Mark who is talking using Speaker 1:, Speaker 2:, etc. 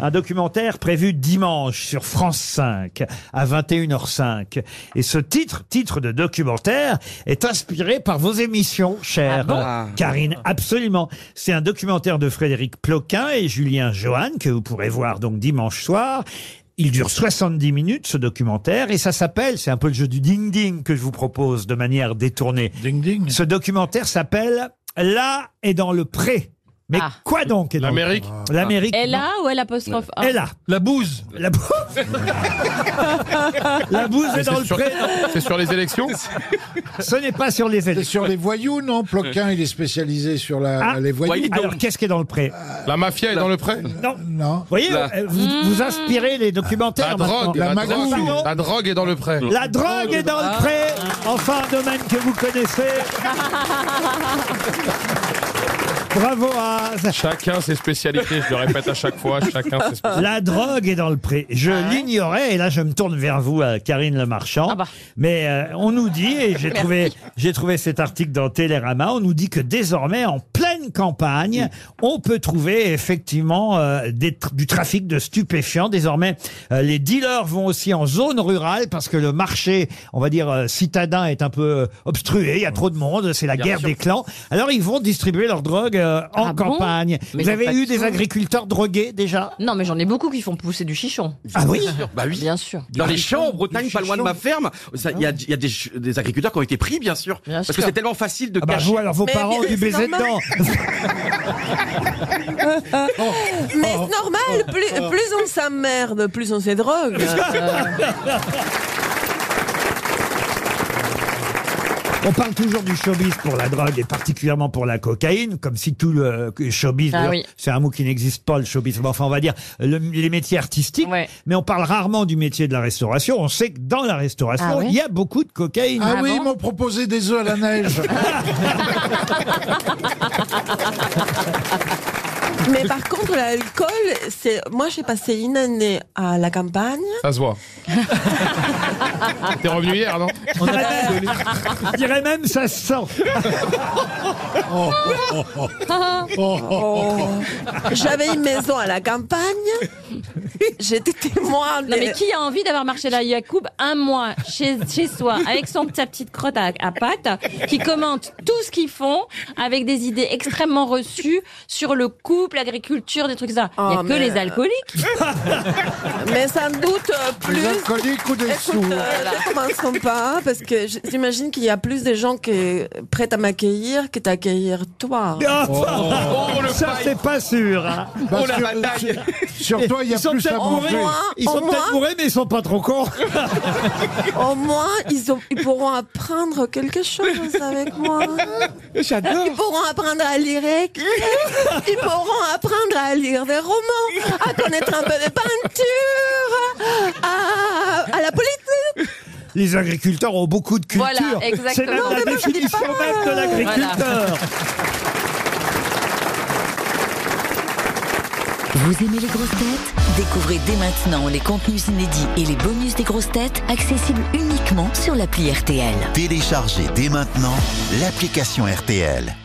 Speaker 1: Un documentaire prévu dimanche sur France 5 à 21h05. Et ce titre, titre de documentaire, est inspiré par vos émissions, chère
Speaker 2: Ah bon
Speaker 1: Karine. Absolument. C'est un documentaire de Frédéric Ploquin et Julien Johan que vous pourrez voir donc dimanche soir. Il dure 70 minutes, ce documentaire, et ça s'appelle, c'est un peu le jeu du ding-ding que je vous propose de manière détournée. Ding-ding. Ce documentaire s'appelle Là et dans le pré. Mais
Speaker 2: Ah.
Speaker 1: quoi donc est dans le pré
Speaker 3: L'Amérique
Speaker 1: L'Amérique.
Speaker 4: Elle a ou elle apostrophe A
Speaker 1: Elle a. La bouse. La, bou- la bouse est
Speaker 3: Mais
Speaker 1: dans
Speaker 3: c'est
Speaker 1: le
Speaker 3: sur-
Speaker 1: pré.
Speaker 3: C'est sur les élections
Speaker 1: Ce n'est pas sur les élections.
Speaker 5: C'est sur les voyous, non Ploquin, il est spécialisé sur la,
Speaker 1: Ah,
Speaker 5: les voyous.
Speaker 1: Alors, qu'est-ce qui est dans le pré
Speaker 3: La mafia est dans le prêt
Speaker 1: Non.
Speaker 5: Non.
Speaker 1: Vous voyez,
Speaker 2: La-
Speaker 1: euh, vous, vous inspirez les documentaires
Speaker 3: La drogue,
Speaker 1: maintenant.
Speaker 3: la,
Speaker 5: La
Speaker 3: drogue,
Speaker 1: magouille.
Speaker 3: la drogue est dans le prêt.
Speaker 1: La drogue est dans le pré. Enfin, un domaine que vous connaissez. Bravo, Az.
Speaker 3: Chacun ses spécialités, je le répète à chaque fois, chacun ses spécialités.
Speaker 1: La drogue est dans le pré. Je l'ignorais, et là je me tourne vers vous, euh, Karine Le Marchand.
Speaker 4: Ah bah.
Speaker 1: Mais euh, on nous dit, et j'ai trouvé, j'ai trouvé cet article dans Télérama, on nous dit que désormais, en pleine campagne, on peut trouver effectivement euh, des tr- du trafic de stupéfiants. Désormais, euh, les dealers vont aussi en zone rurale parce que le marché, on va dire, euh, citadin est un peu euh, obstrué, il y a trop de monde, c'est la guerre des clans. Alors ils vont distribuer leur drogue euh, en
Speaker 4: Ah bon
Speaker 1: campagne. vous
Speaker 4: Mais ils ont
Speaker 1: avez
Speaker 4: pas
Speaker 1: eu
Speaker 4: de
Speaker 1: des
Speaker 4: sous.
Speaker 1: agriculteurs drogués déjà
Speaker 4: Non, mais j'en ai beaucoup qui font pousser du chichon.
Speaker 1: Ah oui
Speaker 6: Bah oui.
Speaker 4: Bien sûr.
Speaker 6: Dans les champs, en Bretagne, pas loin de ma ferme, ça- il y a, il y a des, ch- des agriculteurs qui ont été pris, bien sûr.
Speaker 4: Bien
Speaker 6: parce
Speaker 4: sûr.
Speaker 6: que c'est tellement facile de
Speaker 1: Ah bah
Speaker 6: cacher.
Speaker 1: vous, alors vos
Speaker 7: Mais-
Speaker 1: parents ont
Speaker 7: mais
Speaker 1: dû
Speaker 7: c'est
Speaker 1: baiser
Speaker 7: normal.
Speaker 1: dedans.
Speaker 7: Mais
Speaker 4: Oh.
Speaker 7: c'est normal, plus, plus on s'emmerde, plus on se drogue.
Speaker 1: On parle toujours du showbiz pour la drogue et particulièrement pour la cocaïne, comme si tout le showbiz,
Speaker 4: Ah
Speaker 1: d'ailleurs,
Speaker 4: oui.
Speaker 1: c'est un mot qui n'existe pas, le showbiz, mais enfin on va dire le- les métiers artistiques,
Speaker 4: Ouais.
Speaker 1: mais on parle rarement du métier de la restauration. On sait que dans la restauration,
Speaker 4: Ah ouais
Speaker 1: il y a beaucoup de cocaïne.
Speaker 5: Ah,
Speaker 4: Ah
Speaker 5: oui,
Speaker 4: bon
Speaker 5: ils m'ont proposé des œufs à la neige.
Speaker 7: Mais par contre, l'alcool, c'est. Moi, j'ai passé une année à la campagne.
Speaker 3: Ça se voit. T'es revenu hier, non
Speaker 1: On dirait-
Speaker 4: Ah.
Speaker 1: on dirait même ça se sent.
Speaker 4: Oh.
Speaker 7: J'avais une maison à la campagne. J'étais témoin.
Speaker 4: Non, mais
Speaker 7: de-
Speaker 4: qui a envie d'avoir marché la Yacoub un mois chez, chez soi avec son, sa petite crotte à, à pattes qui commente tout ce qu'ils font avec des idées extrêmement reçues sur le couple, l'agriculture, des trucs comme ça. Il n'y a
Speaker 7: Oh,
Speaker 4: que
Speaker 7: mais-
Speaker 4: les alcooliques.
Speaker 7: Mais sans doute euh,
Speaker 5: Des
Speaker 7: plus.
Speaker 5: alcooliques ou des
Speaker 7: Écoute,
Speaker 5: sourds.
Speaker 7: euh, ne commençons pas, parce que j- j'imagine qu'il y a plus de gens qui prêts à m'accueillir que t'accueillir toi.
Speaker 5: Oh.
Speaker 1: ça c'est pas sûr. hein.
Speaker 5: Bah,
Speaker 6: Oh, la
Speaker 5: sur,
Speaker 6: bataille.
Speaker 5: sur toi, il y a
Speaker 1: ils sont Oh,
Speaker 5: plus
Speaker 1: peut-être bourrés,
Speaker 5: à manger.
Speaker 1: ils sont
Speaker 7: Au moins-
Speaker 1: peut-être bourrés, mais ils sont pas trop cons.
Speaker 7: Au moins, ils, ont, ils pourront apprendre quelque chose avec moi. J'adore. Ils pourront apprendre à lire écrire. Ils pourront apprendre à lire des romans, à connaître un peu de peinture, à, à la politique.
Speaker 1: Les agriculteurs ont beaucoup de culture.
Speaker 4: Voilà, exactement.
Speaker 1: C'est même
Speaker 4: Non,
Speaker 1: la
Speaker 4: mais moi, je dis
Speaker 1: définition
Speaker 4: pas
Speaker 1: même de l'agriculteur.
Speaker 8: Vous aimez les grosses têtes Découvrez dès maintenant les contenus inédits et les bonus des grosses têtes accessibles uniquement sur l'appli RTL.
Speaker 9: Téléchargez dès maintenant l'application RTL.